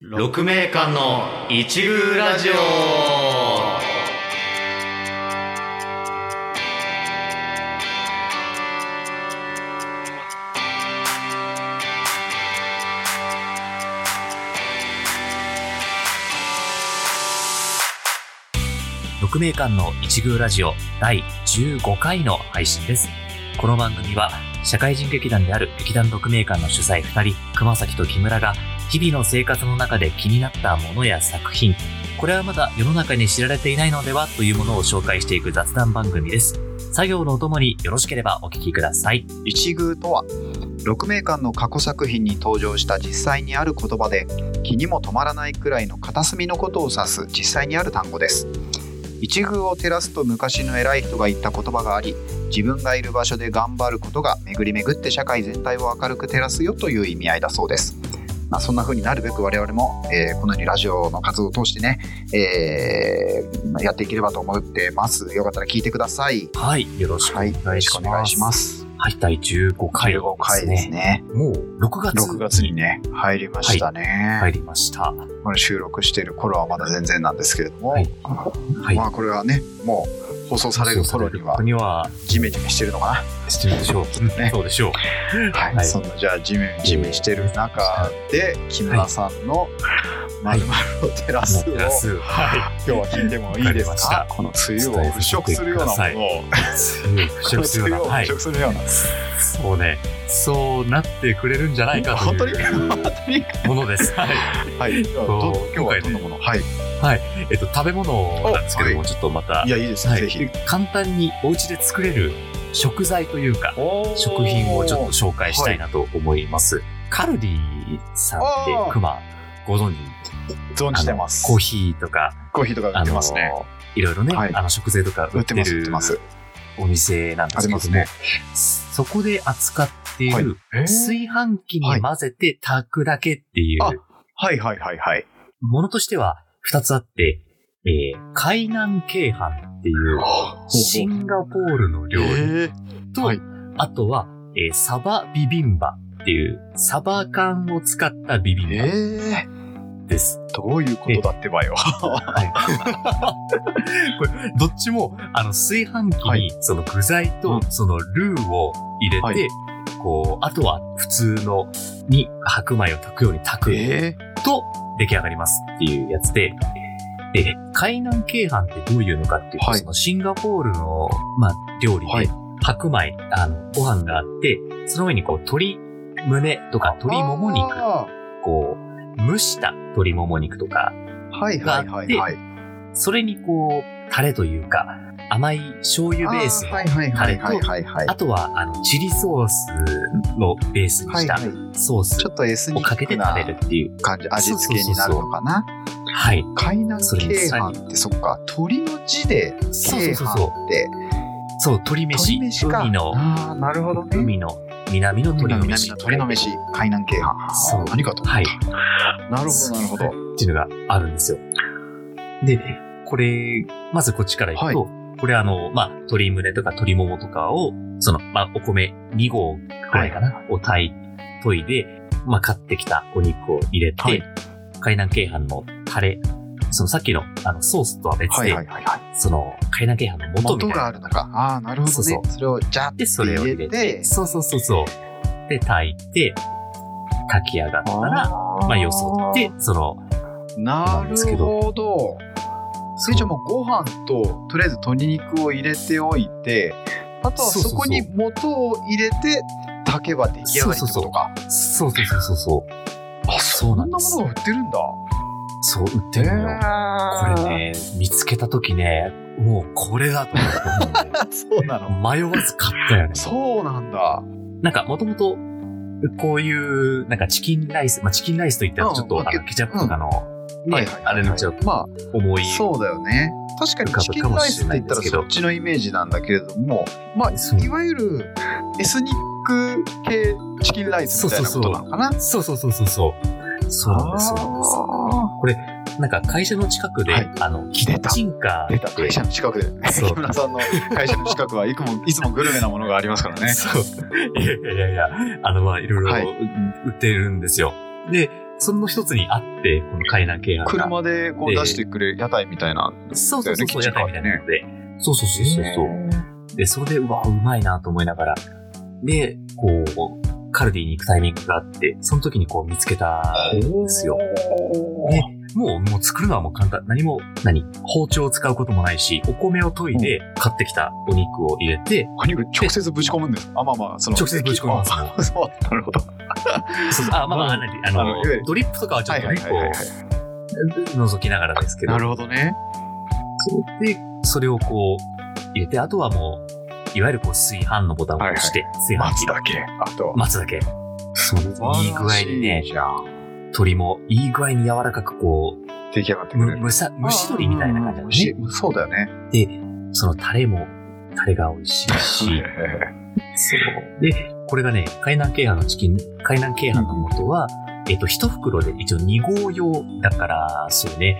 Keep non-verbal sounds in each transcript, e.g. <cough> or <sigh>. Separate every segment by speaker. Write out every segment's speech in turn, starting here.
Speaker 1: 六名館の一流ラジオ
Speaker 2: 6名間の一宮ラジオ第15回の配信です。この番組は社会人劇団である劇団6名間の主催2人、熊崎と木村が日々の生活の中で気になったものや作品、これはまだ世の中に知られていないのではというものを紹介していく雑談番組です。作業のお供によろしければお聞きください。
Speaker 3: 一宮とは6名間の過去作品に登場した実際にある言葉で気にも止まらないくらいの片隅のことを指す実際にある単語です一宮を照らすと昔の偉い人が言った言葉があり自分がいる場所で頑張ることが巡り巡って社会全体を明るく照らすよという意味合いだそうですまあ、そんな風になるべく我々も、えーこのようにラジオの活動を通してね、えーまあやっていければと思ってます。よかったら聞いてください。
Speaker 2: はい、よろしくお
Speaker 3: はい、よ
Speaker 2: 願
Speaker 3: ろ
Speaker 2: い
Speaker 3: し
Speaker 2: し
Speaker 3: くお
Speaker 2: ます。
Speaker 3: 願いします。
Speaker 2: はい、第15回ですね。
Speaker 3: 15回ですね。
Speaker 2: もう6月
Speaker 3: 6月にね入りましたね、
Speaker 2: 入りました。
Speaker 3: これ収録している頃はまだ全然なんですけれども、
Speaker 2: はいはい
Speaker 3: まあこれはねもう放送される頃には
Speaker 2: には
Speaker 3: ジメジメしてるのか
Speaker 2: してるでしょう。
Speaker 3: ね
Speaker 2: そうでしょう。
Speaker 3: な、はい
Speaker 2: はい
Speaker 3: そんなじゃあジメジメしてる中で木村さんの「ま
Speaker 2: はい
Speaker 3: るまるを照らす」を
Speaker 2: プラ
Speaker 3: 今
Speaker 2: ス、は
Speaker 3: 日は聞いてもいいです
Speaker 2: わ
Speaker 3: か
Speaker 2: か
Speaker 3: この梅雨を払拭するようなものを
Speaker 2: い。
Speaker 3: <laughs>
Speaker 2: 払拭するような。はい
Speaker 3: この梅雨を払。拭するような、
Speaker 2: そうね。そうなってくれるんじゃないかと
Speaker 3: <laughs> 本当
Speaker 2: い
Speaker 3: に
Speaker 2: う
Speaker 3: 本当に
Speaker 2: ものです。はい。
Speaker 3: はいではど
Speaker 2: そう
Speaker 3: 今日はどんなもの、はい
Speaker 2: えっと、食べ物なんですけども、
Speaker 3: お
Speaker 2: ちょっとまた
Speaker 3: い、やいいですね、
Speaker 2: はい
Speaker 3: ぜひ
Speaker 2: で簡単にお家で作れる食材というか、食品をちょっと紹介したいなと思います。カルディさんっ
Speaker 3: あー
Speaker 2: て、熊、ご存知
Speaker 3: 存じてます
Speaker 2: コーヒーとか、
Speaker 3: コーヒーとか売ってますね。
Speaker 2: いろいろね、
Speaker 3: はい
Speaker 2: あの食材とか売
Speaker 3: 売っ
Speaker 2: ってて
Speaker 3: ます、売って
Speaker 2: る
Speaker 3: ます。
Speaker 2: お店なんですけども、
Speaker 3: あり
Speaker 2: そこで扱ってい
Speaker 3: はい
Speaker 2: る炊飯器に混ぜて炊くだけっていう、
Speaker 3: あはいはいはいはい。
Speaker 2: ものとしては2つあって、えー海南鶏飯っていうシンガポールの料理
Speaker 3: えー
Speaker 2: と、
Speaker 3: はい
Speaker 2: あとは、えーサバビビンバっていうサバ缶を使ったビビンバ
Speaker 3: え
Speaker 2: です。
Speaker 3: ーどういうことだってばよ。
Speaker 2: これ、どっちも、あの、炊飯器
Speaker 3: は
Speaker 2: に、その具材
Speaker 3: う
Speaker 2: と、そのルーを入れて、
Speaker 3: はい
Speaker 2: こう、あとは普通の、に白米を炊くように炊く
Speaker 3: え
Speaker 2: と、出来上がりますっていうやつで、で、海南鶏飯ってどういうのかっていうと、
Speaker 3: はい
Speaker 2: そのシンガポールの、まあ、料理で、
Speaker 3: はい
Speaker 2: 白米、あの、ご飯があって、その上にこう、鶏胸とか鶏もも肉、
Speaker 3: あ
Speaker 2: こう、蒸した鶏もも肉とか、
Speaker 3: ーはいはいはいはい。
Speaker 2: それにこう、タレというか、甘い醤油ベース
Speaker 3: あ
Speaker 2: の、
Speaker 3: はいはいはい
Speaker 2: タ
Speaker 3: は
Speaker 2: レ
Speaker 3: いはいはい
Speaker 2: あ。とは、あの、チリソースのベースに
Speaker 3: は
Speaker 2: し
Speaker 3: い
Speaker 2: た
Speaker 3: はい。
Speaker 2: ソース
Speaker 3: ちょっとエス
Speaker 2: を
Speaker 3: ニ
Speaker 2: かけ
Speaker 3: ッ
Speaker 2: て
Speaker 3: ク
Speaker 2: 食
Speaker 3: な
Speaker 2: べるっていう。
Speaker 3: 感じ、味付けになるのかな。
Speaker 2: はい。
Speaker 3: 海南
Speaker 2: それ
Speaker 3: 鶏
Speaker 2: にさらに
Speaker 3: 飯ってそっか、鳥の字で
Speaker 2: そうそうそう
Speaker 3: 鶏飯
Speaker 2: そう。
Speaker 3: って
Speaker 2: そう、鶏飯。
Speaker 3: 鳥飯か。
Speaker 2: 海の、
Speaker 3: ああ、なるほどね。
Speaker 2: 海の、南の
Speaker 3: 海
Speaker 2: 鳥
Speaker 3: の
Speaker 2: の
Speaker 3: 南
Speaker 2: 飯。
Speaker 3: の鳥の飯、海南鶏飯。
Speaker 2: そう
Speaker 3: 何かと思った。
Speaker 2: はい
Speaker 3: なるほどなるほど。
Speaker 2: っていうのがあるんですよ。で、これ、まずこっちから行くと、これあの、まあ、鶏胸とか鶏ももとかを、その、まあ、お米2合くらいかな、を炊い、といで、まあ、買ってきたお肉を入れて、
Speaker 3: はい
Speaker 2: 海南鶏飯のタレ、そのさっきのあのソースとは別で、
Speaker 3: はいはいはいはい。
Speaker 2: その、海南鶏飯の素
Speaker 3: 元
Speaker 2: みたいな。
Speaker 3: があるのか。ああ、なるほどね。
Speaker 2: そ
Speaker 3: そう
Speaker 2: そう
Speaker 3: れをジャーって
Speaker 2: で、それを入
Speaker 3: 入
Speaker 2: れ
Speaker 3: れ
Speaker 2: て、
Speaker 3: て、
Speaker 2: そうそうそうそう。で、炊いて、炊き上がったら、
Speaker 3: ま
Speaker 2: まあ、よそって、、その、
Speaker 3: なるほど。それじゃあもうご飯と、とりあえず鶏肉を入れておいて、あとは
Speaker 2: そうそうそう
Speaker 3: そこに元を入れて炊けば出来上がりってことか。
Speaker 2: そうそうそうそうそう。
Speaker 3: あ、
Speaker 2: そ
Speaker 3: そう
Speaker 2: なんん
Speaker 3: な
Speaker 2: です
Speaker 3: ものが売ってるんだ。
Speaker 2: そう、売ってるのよ。これね、見つけたときね、もうこれだと思ったと思うんだよ
Speaker 3: えー。そうなの。
Speaker 2: 迷わず買ったよね。
Speaker 3: <laughs> そうなんだ。
Speaker 2: なんか、もともと、こういう、なんかチキンライス、まあ、チキンライスといったらちょっと、
Speaker 3: うん
Speaker 2: あのケチャップとかの、
Speaker 3: は
Speaker 2: ね
Speaker 3: いはいはい
Speaker 2: あれのちょっと
Speaker 3: まあ、
Speaker 2: 重い。
Speaker 3: そうだよね。確かにチキンライスって言ったらそっちのイメージなんだけれども、まあ、
Speaker 2: そう
Speaker 3: いわゆるエスニック系チキンライスみたいなことなのかな。
Speaker 2: そうそうそうそうそう。そうなんです、そうなんです。なんか会社の近くで、
Speaker 3: はい
Speaker 2: あの、キッチンカ
Speaker 3: あー
Speaker 2: ー
Speaker 3: 出
Speaker 2: って
Speaker 3: た、会社の近くで。
Speaker 2: そう
Speaker 3: 木村さんの会社の近くはいくも、いつもグルメなものがあります
Speaker 2: <laughs>
Speaker 3: からね。
Speaker 2: そう。いやいやいや、あの、まあ、いろいろ
Speaker 3: はい
Speaker 2: 売
Speaker 3: う
Speaker 2: ってるんですよ。で、その一つにあって、この海南京阪が。
Speaker 3: 車でこう出してくれる屋台みたいな。
Speaker 2: そうそうそうそう、
Speaker 3: だ
Speaker 2: 屋台
Speaker 3: よね
Speaker 2: みたいなので。そうそうそうそうそう。で、それで、うわ、うまいなと思いながら。で、こう、カルディに行くタイミングがあって、その時にこう見つけたんですよ。で、もう、もう作るのはもう簡単。何も、何包丁を使うこともないし、お米を研いで買ってきたお肉を入れて、
Speaker 3: お肉直接ぶち込むんですあ、まあまあ、その。
Speaker 2: 直接ぶち込みます。
Speaker 3: あ。そう、なるほど。
Speaker 2: そうそうあ、まあまあ、何あ
Speaker 3: あ
Speaker 2: の
Speaker 3: のいわゆる、
Speaker 2: ドリップとかはちょ
Speaker 3: は
Speaker 2: っ
Speaker 3: い
Speaker 2: と
Speaker 3: はい
Speaker 2: ね、
Speaker 3: はい
Speaker 2: こ、
Speaker 3: はいう
Speaker 2: 覗きながらですけど。
Speaker 3: なるほどね。
Speaker 2: そうで、それをこう、入れて、あとはもう、いわゆるこう、炊飯のボタンを押して、炊飯
Speaker 3: 待
Speaker 2: 器
Speaker 3: つだけ。あとは。
Speaker 2: 待つだけ。そう、いい具合にね
Speaker 3: 素晴らしい、じゃん
Speaker 2: 鶏も、いい具合に柔らかくこ
Speaker 3: 出来上がって
Speaker 2: う、
Speaker 3: く
Speaker 2: む、
Speaker 3: れる。
Speaker 2: むさ、蒸し鶏みたいな感じなんですね。
Speaker 3: 蒸しそうだよね。
Speaker 2: で、そのタレも、タレが美味しいし、そう。で、これがね、海南京阪のチキン、海南京阪の素は、えっと、一袋で一応2合用だから、そうね、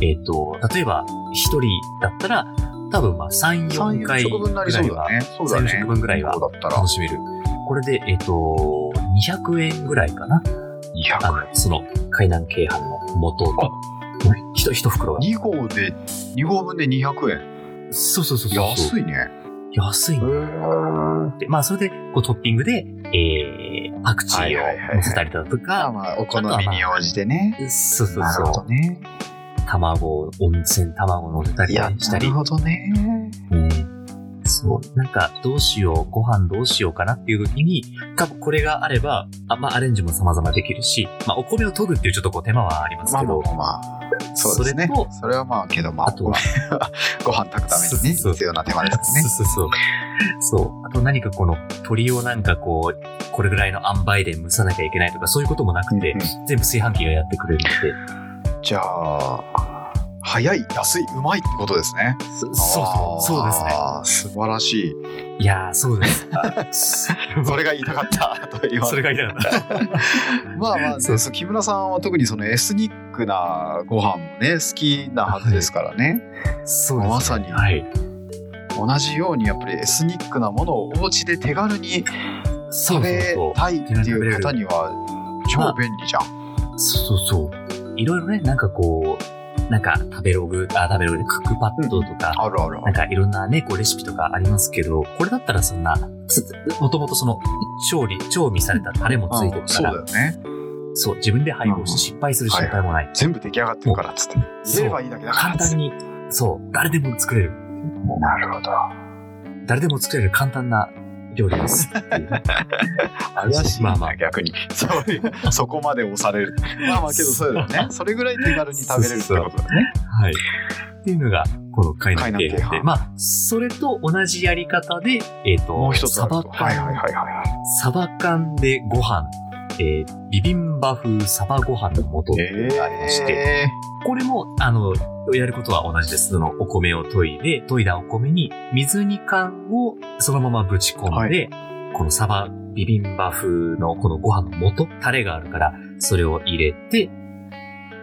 Speaker 2: えっと、例えば、一人だったら、多分まあ、3、
Speaker 3: 3
Speaker 2: 4回
Speaker 3: 食分
Speaker 2: ぐ
Speaker 3: になり
Speaker 2: ら
Speaker 3: そう
Speaker 2: い
Speaker 3: だ
Speaker 2: は、
Speaker 3: ね。そうだね。
Speaker 2: 3食分ぐらいは
Speaker 3: そうだったら
Speaker 2: 楽しめる。これで、えっと、200円ぐらいかな。あ
Speaker 3: 200。
Speaker 2: の、その、海南京阪の素と、ひと、一袋が。
Speaker 3: 2合で、2合分で200円。
Speaker 2: そうそうそうそう。
Speaker 3: 安いね。
Speaker 2: 安いんだよ
Speaker 3: は
Speaker 2: って、まあ、それで、こう、トッピングで、えー、パクチ
Speaker 3: い
Speaker 2: ー
Speaker 3: はい
Speaker 2: を
Speaker 3: はい
Speaker 2: 乗せたりだと
Speaker 3: まあ
Speaker 2: か、
Speaker 3: まあ、お好みに応じてね。
Speaker 2: そうそう
Speaker 3: なる
Speaker 2: そ
Speaker 3: ほど
Speaker 2: う。
Speaker 3: ね。
Speaker 2: 卵を、温泉卵を乗せた
Speaker 3: い
Speaker 2: り
Speaker 3: や、
Speaker 2: した
Speaker 3: な
Speaker 2: り
Speaker 3: る。ほどね。
Speaker 2: うんそう。なんか、どうしよう、ご飯どうしようかなっていう時に、多分これがあれば、あまあ、アレンジも様々できるし、まあ、お米を研ぐっていうちょっとこう手間はあります
Speaker 3: まあ
Speaker 2: け
Speaker 3: まあ
Speaker 2: ど
Speaker 3: ま、あまあ。そう
Speaker 2: そ
Speaker 3: です
Speaker 2: れ
Speaker 3: ね。
Speaker 2: と、
Speaker 3: それはまあけど、まあ、
Speaker 2: あとは
Speaker 3: ご飯炊くために
Speaker 2: そ
Speaker 3: ね、
Speaker 2: うそう
Speaker 3: 必要な手間ですからね。
Speaker 2: そうそうそう。そう。あと何かこの鳥をなんかこう、これぐらいの塩梅で蒸さなきゃいけないとか、そういうこともなくて、
Speaker 3: うん
Speaker 2: 全部炊飯器がやってくれるので。
Speaker 3: じゃあ、早い、安い、うまいってことですね。
Speaker 2: そそうそう、そうですね。
Speaker 3: あー。素晴らしい。
Speaker 2: いやー、そう
Speaker 3: <laughs>
Speaker 2: です。
Speaker 3: それが言いたかったと言わ
Speaker 2: それが言いたかった。
Speaker 3: まあまあ、ね、
Speaker 2: そう
Speaker 3: そう木村さんは特にそのエスニックなご飯もね好きなはずですからね、
Speaker 2: そうです、ね。
Speaker 3: まさに
Speaker 2: はい。
Speaker 3: 同じようにやっぱりエスニックなものをお家で手軽に
Speaker 2: そうそ
Speaker 3: 食
Speaker 2: う
Speaker 3: べ
Speaker 2: そう。
Speaker 3: たいっていう方には超便利じゃん、
Speaker 2: そうそう。いろいろね、なんかこう、なんか食べログ、あ、食べログでクックパッドとか、
Speaker 3: あるある
Speaker 2: なんかいろんなね、こうレシピとかありますけど、これだったらそんな、つもともとその、調理、調味されたタレもついてる
Speaker 3: うん
Speaker 2: か
Speaker 3: そう
Speaker 2: ら
Speaker 3: だ、よね
Speaker 2: そう、自分で配合して失敗する心配もない。
Speaker 3: 全部出来上がってるからっつって
Speaker 2: そう
Speaker 3: 言えばいいだけだから
Speaker 2: 簡
Speaker 3: っ
Speaker 2: 単
Speaker 3: つって
Speaker 2: に、そう、誰でも作れる。
Speaker 3: なるほど
Speaker 2: 誰でも作れる簡単な料理ですっていう。 <laughs>
Speaker 3: 怪しい
Speaker 2: ま
Speaker 3: な
Speaker 2: あまあ
Speaker 3: 逆にそう
Speaker 2: <laughs>
Speaker 3: いうそこまで押されるまあまあけどそうだよねそれぐらい手軽に食べれるってことだね
Speaker 2: はい。っていうのが、この海南系
Speaker 3: 海南
Speaker 2: で。
Speaker 3: 系
Speaker 2: まあ、それと同じやり方で、えっ、と、
Speaker 3: もう一つあ
Speaker 2: サ
Speaker 3: る
Speaker 2: バ
Speaker 3: とはいはい
Speaker 2: 缶、
Speaker 3: はいはい
Speaker 2: サバ缶でご飯、えービビンバ風サバご飯の素っていうのがありまして、
Speaker 3: え
Speaker 2: これも、あの、やることは同じです。そのお米を研いで、研いだお米に水煮缶をそのままぶち込んで、このサバビビンバ風のこのご飯の素、タレがあるから、それを入れて、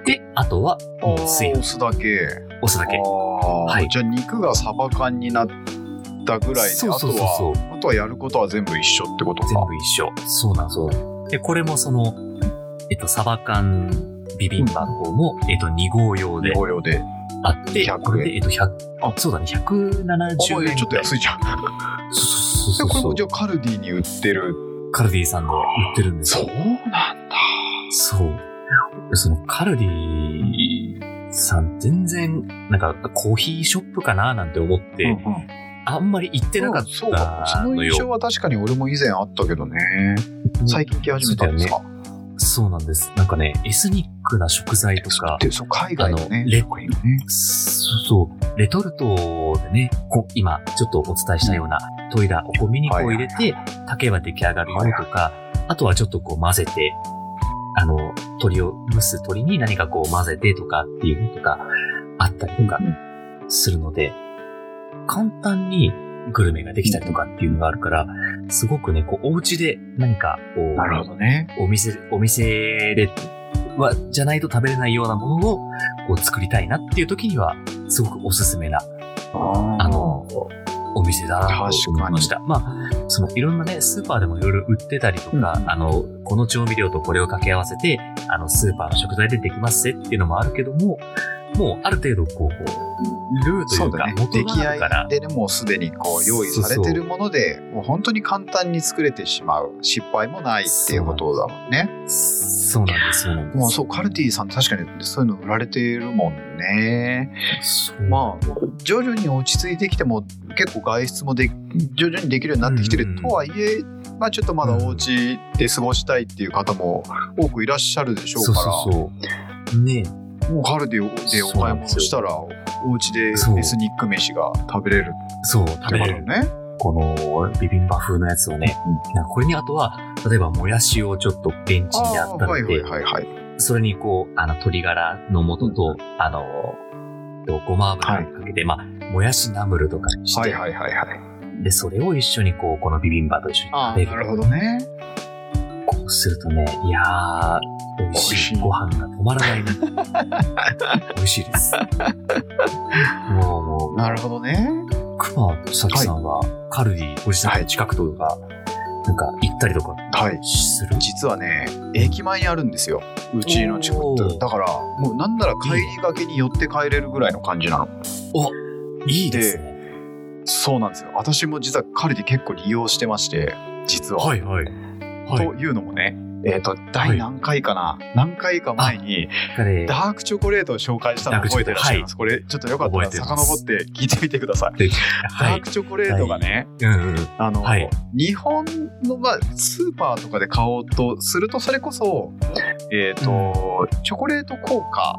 Speaker 2: で、あとは、
Speaker 3: ー
Speaker 2: もう
Speaker 3: お
Speaker 2: 水、
Speaker 3: 酢だけ
Speaker 2: お酢だけ。
Speaker 3: はいじゃあ肉がサバ缶になったぐらいで
Speaker 2: そうそうそうそう
Speaker 3: あとはあとはやることは全部一緒ってことか
Speaker 2: 全部一緒。そうなんそうなんで、これもその、えっと、サバ缶ビビンバの方も、えっと、2合用で
Speaker 3: 同様で
Speaker 2: あって、
Speaker 3: 100円
Speaker 2: これで、えっと、100
Speaker 3: あ、
Speaker 2: そうだね、
Speaker 3: あ
Speaker 2: 170
Speaker 3: ま
Speaker 2: 円。
Speaker 3: あちょっと安
Speaker 2: い。
Speaker 3: いじゃん
Speaker 2: そう
Speaker 3: で
Speaker 2: そうそ
Speaker 3: これ
Speaker 2: うそ
Speaker 3: も
Speaker 2: う
Speaker 3: じ。ゃあカルディに売ってる
Speaker 2: カルディさんの売ってるんですよ。
Speaker 3: うなんだ
Speaker 2: そう。そのカルディさん全然、なんかコーヒーショップかななんて思って、あんまり行ってなかっ
Speaker 3: そうか
Speaker 2: た
Speaker 3: その
Speaker 2: の
Speaker 3: 印象
Speaker 2: よ。
Speaker 3: は確かに俺も以前あったけどね
Speaker 2: うん
Speaker 3: 最近来始めたんですか
Speaker 2: そうなんです。なんかね、エスニックな食材とか、
Speaker 3: でそう海外の
Speaker 2: あ
Speaker 3: ね
Speaker 2: のレ
Speaker 3: 特にね
Speaker 2: そうそう、レトルトでね、こ今ちょっとお伝えしたような、研いだお米にこう入れて、炊けば出来上がるよとか、あとはちょっとこう混ぜて、あの、鶏を、蒸す鶏に何かこう混ぜてとかっていうのとか、あったりとかするので、簡単にグルメができたりとかっていうのがあるから、すごくね、こう、お家で何かこう、
Speaker 3: なるほどね
Speaker 2: お店、お店では、じゃないと食べれないようなものをこう作りたいなっていう時には、すごくおすすめな、あ
Speaker 3: あ
Speaker 2: の、お店だなと思いました。まあ、そのいろんなね、スーパーでもいろいろ売ってたりとか、
Speaker 3: うんうん
Speaker 2: あの、この調味料とこれを掛け合わせて、あの、スーパーの食材でできますぜっていうのもあるけども、もうある程度こう、こうルーとい
Speaker 3: そううだ
Speaker 2: か
Speaker 3: ね、
Speaker 2: 元
Speaker 3: 出来
Speaker 2: があるか
Speaker 3: 合い
Speaker 2: ら、
Speaker 3: でねもうすでにこう用意されてるものでもう本当に簡単に作れてしまう失敗もないっていうことだもんね
Speaker 2: そうなんです、そうなんです。
Speaker 3: まあそうカルティさん確かにそういうの売られてるもんね
Speaker 2: そう
Speaker 3: まあ徐々に落ち着いてきても結構外出もで徐々にできるようになってきて
Speaker 2: うんう
Speaker 3: る
Speaker 2: ん
Speaker 3: とはいえ、まあ、ちょっとまだお家で過ごしたいっていう方も多くいらっしゃるでしょう
Speaker 2: そう
Speaker 3: から
Speaker 2: そうそう。ね
Speaker 3: もう春ででお買い物したらお家でエスニック飯が食べれるっ
Speaker 2: そう、食
Speaker 3: て
Speaker 2: べ
Speaker 3: こ
Speaker 2: れ
Speaker 3: と
Speaker 2: る。
Speaker 3: ね。
Speaker 2: このビビンバ風のやつをね、なんかこれにあとは、例えばもやしをちょっとベンチにあ
Speaker 3: あ
Speaker 2: っ
Speaker 3: あ
Speaker 2: た
Speaker 3: は
Speaker 2: の
Speaker 3: いはい
Speaker 2: で、
Speaker 3: はいはい。
Speaker 2: それにこう、あの、鶏ガラの素と、あの、ごま油をかけて、まあ、もやしナムルとかにして、
Speaker 3: はいはいはいはい。
Speaker 2: で、それを一緒にこう、このビビンバと一緒に
Speaker 3: あ
Speaker 2: 食
Speaker 3: あ
Speaker 2: べ
Speaker 3: なるほどね。
Speaker 2: こうするとね、いやー、美味しい。
Speaker 3: 美味しい
Speaker 2: ご飯が止まらない
Speaker 3: <laughs>
Speaker 2: ね。美味しいです。もう、もう、
Speaker 3: なるほどね。
Speaker 2: 熊さきさんは、カルディご自宅の近くとか、なんか行ったりとか
Speaker 3: はい。
Speaker 2: する、
Speaker 3: 実はね駅前にあるんですようちの近く
Speaker 2: お
Speaker 3: って
Speaker 2: ー
Speaker 3: だからもうなんなら帰りがけに寄って帰れるぐらいの感じなの
Speaker 2: い、いですね。
Speaker 3: そうなんですよ私も実はカルディ結構利用してまして実は、
Speaker 2: はいはい。はい
Speaker 3: と。いうのもねえっ、と第何回かな、何回か前に
Speaker 2: 彼
Speaker 3: ダークチョコレートを紹介したの覚えてらっしゃいます、これちょっとよかったら
Speaker 2: 覚えてます
Speaker 3: 遡って聞いてみてください、
Speaker 2: は
Speaker 3: ダー
Speaker 2: い。
Speaker 3: クチョコレートがね、
Speaker 2: うんうん。
Speaker 3: あの、
Speaker 2: はい
Speaker 3: 日本の、まあ、スーパーとかで買おうとするとそれこそ、えーとチョコレート効果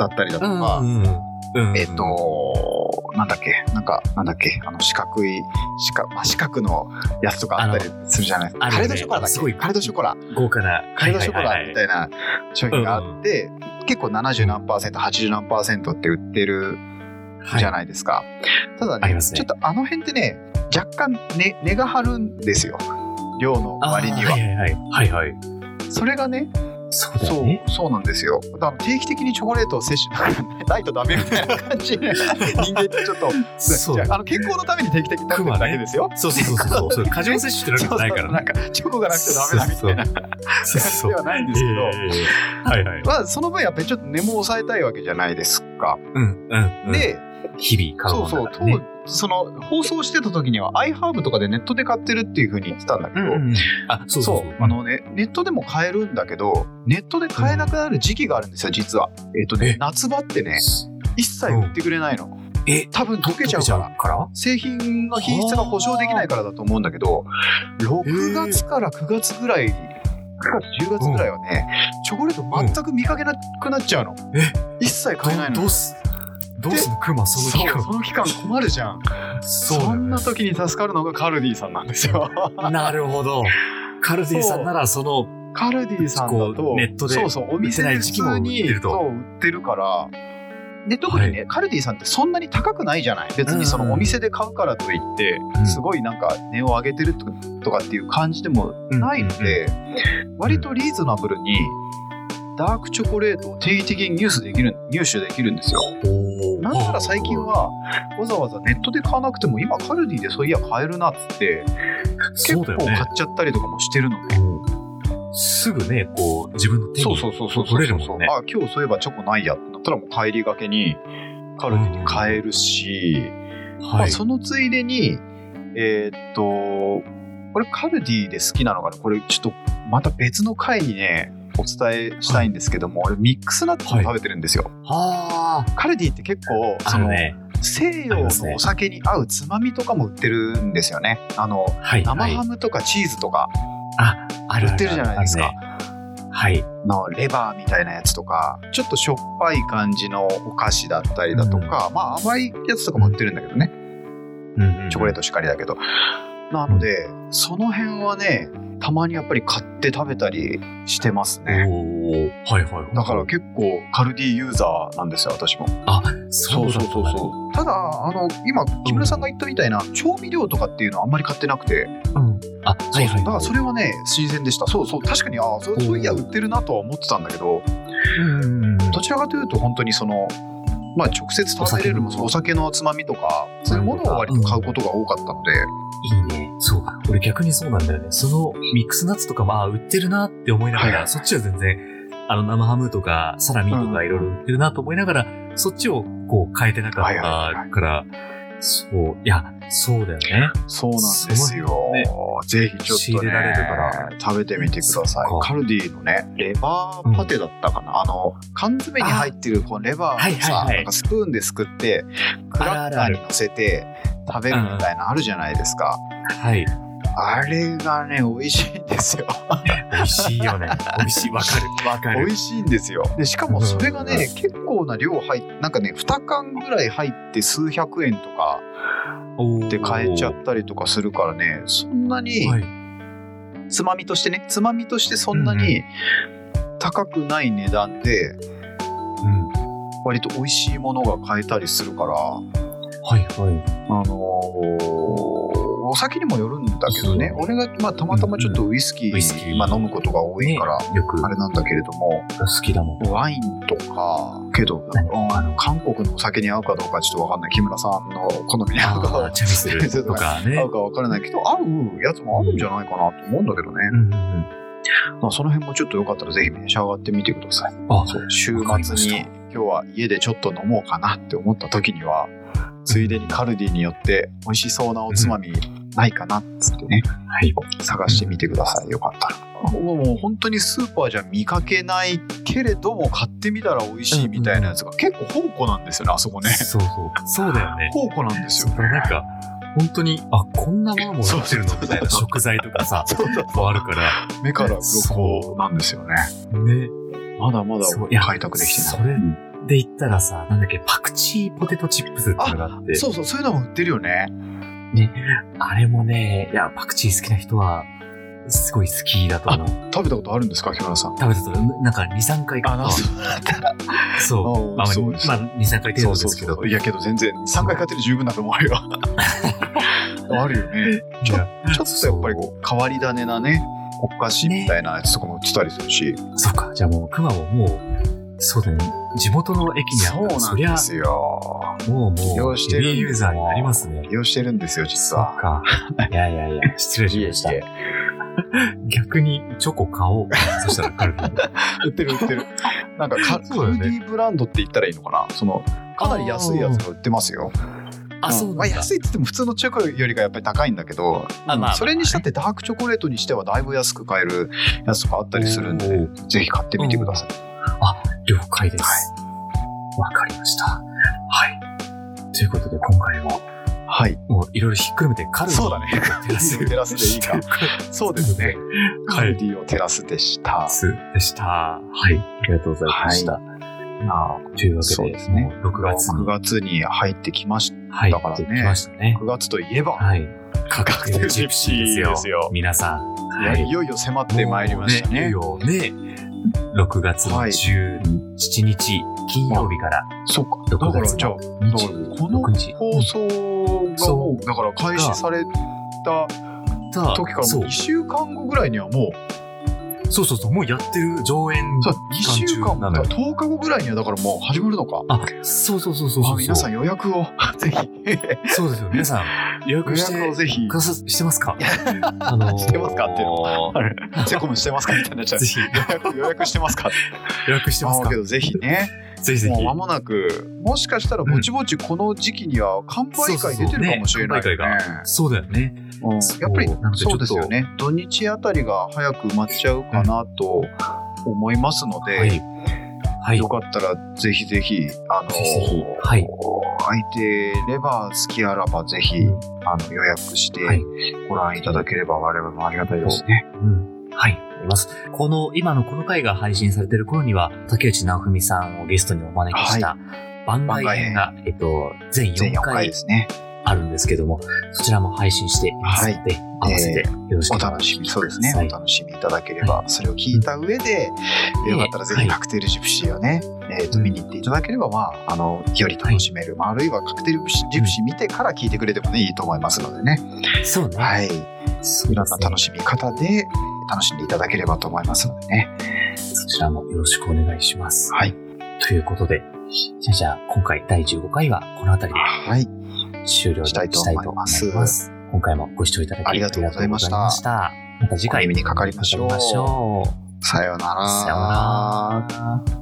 Speaker 3: だったりだとか、
Speaker 2: うんうんうん
Speaker 3: えっ、、となんだっけなんかなんだっけあの四角い四角,、まあ、四角のやつとかあったりするじゃないですか、
Speaker 2: あの
Speaker 3: カレードショコラ
Speaker 2: あの
Speaker 3: だっ
Speaker 2: ねす
Speaker 3: け
Speaker 2: ごい
Speaker 3: カレードショコラ
Speaker 2: 豪華な、
Speaker 3: カレードショコ
Speaker 2: は
Speaker 3: ラ
Speaker 2: いは
Speaker 3: み
Speaker 2: い
Speaker 3: たいな商品があって、結構70何パーセント80何パーセントって売ってる
Speaker 2: はい
Speaker 3: じゃないですか、ただ
Speaker 2: あり
Speaker 3: ね
Speaker 2: ますね
Speaker 3: ちょっとあの辺ってね若干ね値が張るんですよ量の割には、
Speaker 2: あーはいはいはい。はいはい。
Speaker 3: それがね
Speaker 2: そうだ
Speaker 3: そ
Speaker 2: よ
Speaker 3: う
Speaker 2: ね。
Speaker 3: そうなんですよだから定期的にチョコレートを摂取 <laughs> ないとダメみたいな感じで人間ってちょっと
Speaker 2: そう
Speaker 3: じゃああの健康のために定期的に食べてるだけですよ、
Speaker 2: そうそうそうそう。そう過剰摂取ってわけじゃないから
Speaker 3: なん
Speaker 2: ね。
Speaker 3: かチョコがなくてダメだみたいな感
Speaker 2: そう
Speaker 3: じ
Speaker 2: そ
Speaker 3: で
Speaker 2: う。
Speaker 3: はないんですけど、
Speaker 2: ええはいはい。
Speaker 3: まあ、その分やっぱりちょっと根も抑えたいわけじゃないですか。
Speaker 2: うんうんうん。、
Speaker 3: で、
Speaker 2: 日々買う
Speaker 3: そ
Speaker 2: も
Speaker 3: う
Speaker 2: のだ
Speaker 3: そう
Speaker 2: から
Speaker 3: 当
Speaker 2: ね。
Speaker 3: その放送してた時には iHerb とかでネットで買ってるっていうふうに言ってたんだけど、
Speaker 2: うんうん。あ、そうそうそう。
Speaker 3: あのねネットでも買えるんだけどネットで買えなくなる時期があるんですよ実は。えっ、とね
Speaker 2: え
Speaker 3: 夏場ってね一切売ってくれないの。
Speaker 2: え、
Speaker 3: 多分溶けちゃうから。
Speaker 2: から
Speaker 3: 製品の品質が保証できないからだと思うんだけど6月から9月ぐらい9月10月ぐらいはね、チョコレート全く見かけなくなっちゃうの、
Speaker 2: え
Speaker 3: 一切買えないの
Speaker 2: どうす、どうすんのクマ、その期
Speaker 3: そうその期間困るじゃん
Speaker 2: 間。
Speaker 3: そ,、
Speaker 2: だよね
Speaker 3: んな時に助かるのがカルディさんなんですよ
Speaker 2: なるほど。カルディさんなら、その、
Speaker 3: カルディさんだ
Speaker 2: ことうネットで
Speaker 3: そうそうお店で普通に
Speaker 2: 売ってない時期も売ってると
Speaker 3: そう売ってるからで特にね、カルディさんってそんなに高くないじゃない別にそ
Speaker 2: うんうん
Speaker 3: の
Speaker 2: うん
Speaker 3: お店で買うからといって、
Speaker 2: うん
Speaker 3: すごいなんか値を上げてるととかっていう感じでもないので、割とリーズナブルにダークチョコレートを定期的に入手できる入手できるんですよ
Speaker 2: おー
Speaker 3: なんなら最近はわざわざネットで買わなくても今カルディでそういや買えるなっつって結
Speaker 2: そ
Speaker 3: 構
Speaker 2: うだ
Speaker 3: 買
Speaker 2: よ
Speaker 3: っ
Speaker 2: ね
Speaker 3: ちゃったりとかもしてるのね
Speaker 2: すぐね、こう、自分の手
Speaker 3: そう
Speaker 2: に
Speaker 3: そうそうそう
Speaker 2: 取れるもんね
Speaker 3: あ今日そういえばチョコないやってなったらもう帰りがけにカルディに買えるし、ま
Speaker 2: は
Speaker 3: あ、
Speaker 2: い。
Speaker 3: そのついでにえーっとこれカルディで好きなのがねこれちょっとまた別の回にねお伝えしたいんですけども、俺ミックスナッツも食べてるんですよ、
Speaker 2: は
Speaker 3: カルディって結構
Speaker 2: あ。あ
Speaker 3: その、
Speaker 2: のね、
Speaker 3: 西
Speaker 2: あり
Speaker 3: 洋
Speaker 2: ますね
Speaker 3: のお酒に合うつまみとかも売ってるんですよねあの
Speaker 2: はい。
Speaker 3: 生
Speaker 2: はい
Speaker 3: ハムとかチーズとか
Speaker 2: あ
Speaker 3: 売ってるじゃないですか
Speaker 2: あるねはい。
Speaker 3: のレバーみたいなやつとかちょっとしょっぱい感じのお菓子だったりだとか、まあ甘いやつとかも売ってるんだけどね
Speaker 2: うんうん
Speaker 3: チョコレートしかりだけど、なのでその辺はねたまにやっぱり買って食べたりしてますね
Speaker 2: おーはいはいはい。
Speaker 3: だから結構カルディユーザーなんですよ私も
Speaker 2: そうそうそうそう
Speaker 3: ただあの今木村さんが言ったみたいな調味料とかっていうのはあんまり買ってなくて
Speaker 2: う。うん。あ、はいはい。
Speaker 3: だからそれはね新鮮でしたそうそう確かにああそそういや売ってるなとは思ってたんだけど
Speaker 2: うんうんうん
Speaker 3: どちらかというと本当にその、まあ、直接食べれる
Speaker 2: お酒の
Speaker 3: お酒のつまみとかそういうものを割と買うことが多かったので、
Speaker 2: いいね。そう。俺逆にそうなんだよね。そのミックスナッツとかまあ売ってるなって思いながら、
Speaker 3: はいはい
Speaker 2: そっちは全然、あの、生ハムとか、サラミと
Speaker 3: う
Speaker 2: か
Speaker 3: ん
Speaker 2: いろいろ売ってるなと思いながら、そっちをこう変えてなかった
Speaker 3: はいはいはい
Speaker 2: から、そう、いや、そうだよね。
Speaker 3: そうなんですよ。ぜひちょっと、ね、
Speaker 2: 仕入れられるから
Speaker 3: 食べてみてくださ
Speaker 2: そっ
Speaker 3: い。
Speaker 2: か
Speaker 3: カルディのね、レバーパテだったかな、あの、缶詰に入ってるこのレバーをさ、
Speaker 2: はいはいはい
Speaker 3: なんかスプーンですくって、クラッカーに乗せて食べるみたいなのあるじゃないですか。
Speaker 2: はい。
Speaker 3: あれがね、美味しいんですよ。
Speaker 2: 美味しいよ
Speaker 3: <laughs>
Speaker 2: ね。美味しい。わかる。わか
Speaker 3: 美
Speaker 2: る。
Speaker 3: 味しいんですよ。で、しかもそれがね、
Speaker 2: う
Speaker 3: 結構な量入って、なんかね、2缶ぐらい入って数百円とか
Speaker 2: お
Speaker 3: で買えちゃ
Speaker 2: て
Speaker 3: ったりとかするからね、そんなに、
Speaker 2: はい。
Speaker 3: つまみとしてねつまみとしてそんなに高くない値段で
Speaker 2: うん。は
Speaker 3: 割と美味しいものが買えたりするから
Speaker 2: い、はい。
Speaker 3: あのーお酒にもよるんだけどね
Speaker 2: そう
Speaker 3: 俺が、まあ、たまたまちょっとウイスキー,、
Speaker 2: うんウイスキー
Speaker 3: まあ、飲むことが多いから、
Speaker 2: よく、
Speaker 3: あれなんだけれども
Speaker 2: お好きだ
Speaker 3: <laughs>
Speaker 2: もん。
Speaker 3: ワインとかけど、うんあの韓国のお酒に合うかどうかちょっとわかんない木村さんの好みに合う
Speaker 2: あ
Speaker 3: か
Speaker 2: あ、チャミスルとかね
Speaker 3: <laughs> 合。うかわからないけど合うやつもあるんじゃないかなと思うんだけどね、
Speaker 2: うんうんうん。
Speaker 3: まあ、その辺もちょっとよかったらぜひ召し上がってみてください。
Speaker 2: あ、
Speaker 3: そ
Speaker 2: そう。
Speaker 3: う週
Speaker 2: わかり
Speaker 3: 末
Speaker 2: まし
Speaker 3: に
Speaker 2: た
Speaker 3: 今日は家でちょっと飲もうかなって思った時にはついでにカルディによって美味しそうなおつまみないかなっつってね、
Speaker 2: はい。
Speaker 3: 探してみてくださいよかったらもうもう本当にスーパーじゃ見かけないけれども買ってみたら美味しいみたいなやつが結構宝庫なんですよねあそこね
Speaker 2: そうそう。そうだよね。
Speaker 3: 宝庫なんです
Speaker 2: そ
Speaker 3: よ
Speaker 2: うこれなんか、本当に、あ、こんなものも売ってるの
Speaker 3: そうそうそう
Speaker 2: みたいな食材とかさ、こうあるから、
Speaker 3: 目から鱗なんですよね
Speaker 2: ね。
Speaker 3: まだまだ
Speaker 2: そういや
Speaker 3: 開拓できてない
Speaker 2: それで言ったらさ、なんだっけ、パクチーポテトチップスっていうのがあって、
Speaker 3: そうそうそういうのも売ってるよね
Speaker 2: あれもね、いや、パクチー好きな人は、すごい好きだと思う。
Speaker 3: 食べたことあるんですか木村さん
Speaker 2: 食べたと、なんか2、3回買った
Speaker 3: うなんだ
Speaker 2: そう。ま
Speaker 3: あ
Speaker 2: あ、まあ、
Speaker 3: そう
Speaker 2: 2、
Speaker 3: です
Speaker 2: 3回程度ですけど。
Speaker 3: いやけど全然3回買ってる十分だと思
Speaker 2: <laughs>
Speaker 3: うよあるよねちょ
Speaker 2: いや
Speaker 3: ちょっとやっぱりこう変わり種なねお菓子みたいなやつとかも売ってたりするし、
Speaker 2: そうか、じゃあもう、熊ももう、そうだよね。地元の駅にあ
Speaker 3: そう
Speaker 2: ったら、
Speaker 3: な
Speaker 2: そ
Speaker 3: ん
Speaker 2: りゃ
Speaker 3: で、すよ
Speaker 2: もうもう、
Speaker 3: 利用して
Speaker 2: ヘ
Speaker 3: る
Speaker 2: ビーユーザーになりますね。
Speaker 3: 利用してるんですよ実
Speaker 2: そう
Speaker 3: は
Speaker 2: か。いやいやいや、 <laughs> 失礼しました。逆にチョコ買おう。そしたら <laughs> カルビー。
Speaker 3: 売ってる売ってるなんかカ
Speaker 2: <laughs> そうだよね
Speaker 3: カルディブランドって言ったらいいのかなそのかなり安いやつが売ってますよ
Speaker 2: あ、そうな
Speaker 3: まあ、
Speaker 2: んだ。
Speaker 3: 安いって言っても普通のチョコよりがやっぱり高いんだけど、
Speaker 2: あまあ
Speaker 3: それにしたってダークチョコレートにしてはだいぶ安く買えるやつとかあったりするんで、
Speaker 2: お
Speaker 3: ぜひ買ってみてください。
Speaker 2: 了解です。わ、かりました。はい。ということで、今回も、
Speaker 3: はい。
Speaker 2: もういろいろひっくるめてカルビー
Speaker 3: そうだね
Speaker 2: テラス
Speaker 3: テラスでいいか。そうですね。カルディをテラスでした。
Speaker 2: でした。はい。ありがとうございました。まあ、というわけ
Speaker 3: そう
Speaker 2: で、
Speaker 3: ですね
Speaker 2: もう6月
Speaker 3: 9
Speaker 2: に
Speaker 3: 月に入ってきました。
Speaker 2: 入
Speaker 3: だから
Speaker 2: って
Speaker 3: ね
Speaker 2: きましたね。
Speaker 3: 9月といえば、
Speaker 2: はい。確定ジプシーですよ。
Speaker 3: ですよ
Speaker 2: 皆さん。
Speaker 3: いやいよいよ迫ってまいりました
Speaker 2: もうい
Speaker 3: ね。
Speaker 2: よいよね。6月の
Speaker 3: はい
Speaker 2: 17日、金曜日から
Speaker 3: そっか。だ
Speaker 2: 6
Speaker 3: から
Speaker 2: 月
Speaker 3: じゃあ
Speaker 2: の、
Speaker 3: だからこの
Speaker 2: 26日。
Speaker 3: 放送がもう、だから開始された
Speaker 2: た
Speaker 3: 時から
Speaker 2: そ
Speaker 3: も
Speaker 2: う
Speaker 3: う2週間後ぐらいにはもう、
Speaker 2: そうそうそう、もうやってる上演
Speaker 3: そう
Speaker 2: 期
Speaker 3: 2週間
Speaker 2: 間中なの
Speaker 3: か
Speaker 2: よ。
Speaker 3: 10日後ぐらいにはだからもう始まるのか。
Speaker 2: あ、そうそうそうそうそう。
Speaker 3: あ皆さん予約
Speaker 2: <laughs>
Speaker 3: をぜひ
Speaker 2: そうですよ。皆さん、予約して
Speaker 3: 予約をぜひ
Speaker 2: くださしてます
Speaker 3: <laughs>
Speaker 2: かあのー
Speaker 3: してますかっていうのセコムしてますかみたいになっちゃう
Speaker 2: ぜひ、
Speaker 3: 予約予約してますかって
Speaker 2: 予約してます
Speaker 3: あ
Speaker 2: か
Speaker 3: けどぜひね
Speaker 2: ぜひぜ
Speaker 3: もう
Speaker 2: ひ。
Speaker 3: 間もなくもしかしたらぼちぼちこの時期には完売会出てるかもしれないよね
Speaker 2: そうだよね。
Speaker 3: うん
Speaker 2: そう
Speaker 3: やっぱり
Speaker 2: なのでちょ
Speaker 3: そ
Speaker 2: っと
Speaker 3: うですよね土日あたりが早く埋まっちゃうかなと思いますので、
Speaker 2: はい。はい
Speaker 3: よ。かったらぜひぜひあの
Speaker 2: ぜひぜひはい
Speaker 3: 空いてれば好きあらばぜひ
Speaker 2: うん
Speaker 3: あの予約して
Speaker 2: はい
Speaker 3: ご覧いただければ我々もありがたいですね。
Speaker 2: うんはい、います。この、今のこの回が配信されている頃には、竹内直文さんをゲストにお招きした番外編が、えっと、全
Speaker 3: 全
Speaker 2: 4
Speaker 3: 4回
Speaker 2: 回
Speaker 3: ですね。
Speaker 2: あるんですけども、そちらも配信していますので、合わせてよろしく
Speaker 3: お
Speaker 2: お願
Speaker 3: 楽
Speaker 2: い
Speaker 3: し
Speaker 2: し
Speaker 3: み、
Speaker 2: ます。
Speaker 3: そうですね。お
Speaker 2: はい
Speaker 3: 楽しみいただければ、それを聞いた上で、
Speaker 2: うん
Speaker 3: よかったらぜ
Speaker 2: は
Speaker 3: ひ
Speaker 2: い
Speaker 3: カクテルジプシーをね、えーと見に行っていただければ、まあ、あの、より楽しめる、まあ、あるいはカクテルジプシー見てから聞いてくれてもね、いいと思いますのでね。
Speaker 2: そうね。
Speaker 3: はい。
Speaker 2: そう
Speaker 3: い
Speaker 2: で
Speaker 3: ろん
Speaker 2: す
Speaker 3: な
Speaker 2: ね
Speaker 3: 楽しみ方で楽しんでいただければと思いますのでね。
Speaker 2: そちらもよろしくお願いします。
Speaker 3: はい。
Speaker 2: ということで、じゃあじゃあ、今回第15回はこの辺りで
Speaker 3: はい。
Speaker 2: 終了にしたいと思います。
Speaker 3: したいと思いま
Speaker 2: 今回もご視聴いただき
Speaker 3: ありがとうございました
Speaker 2: ありがとうございましたまた次回
Speaker 3: お耳にかかりましょう
Speaker 2: お耳にかかりましょう。
Speaker 4: さようなら。
Speaker 3: さようなら。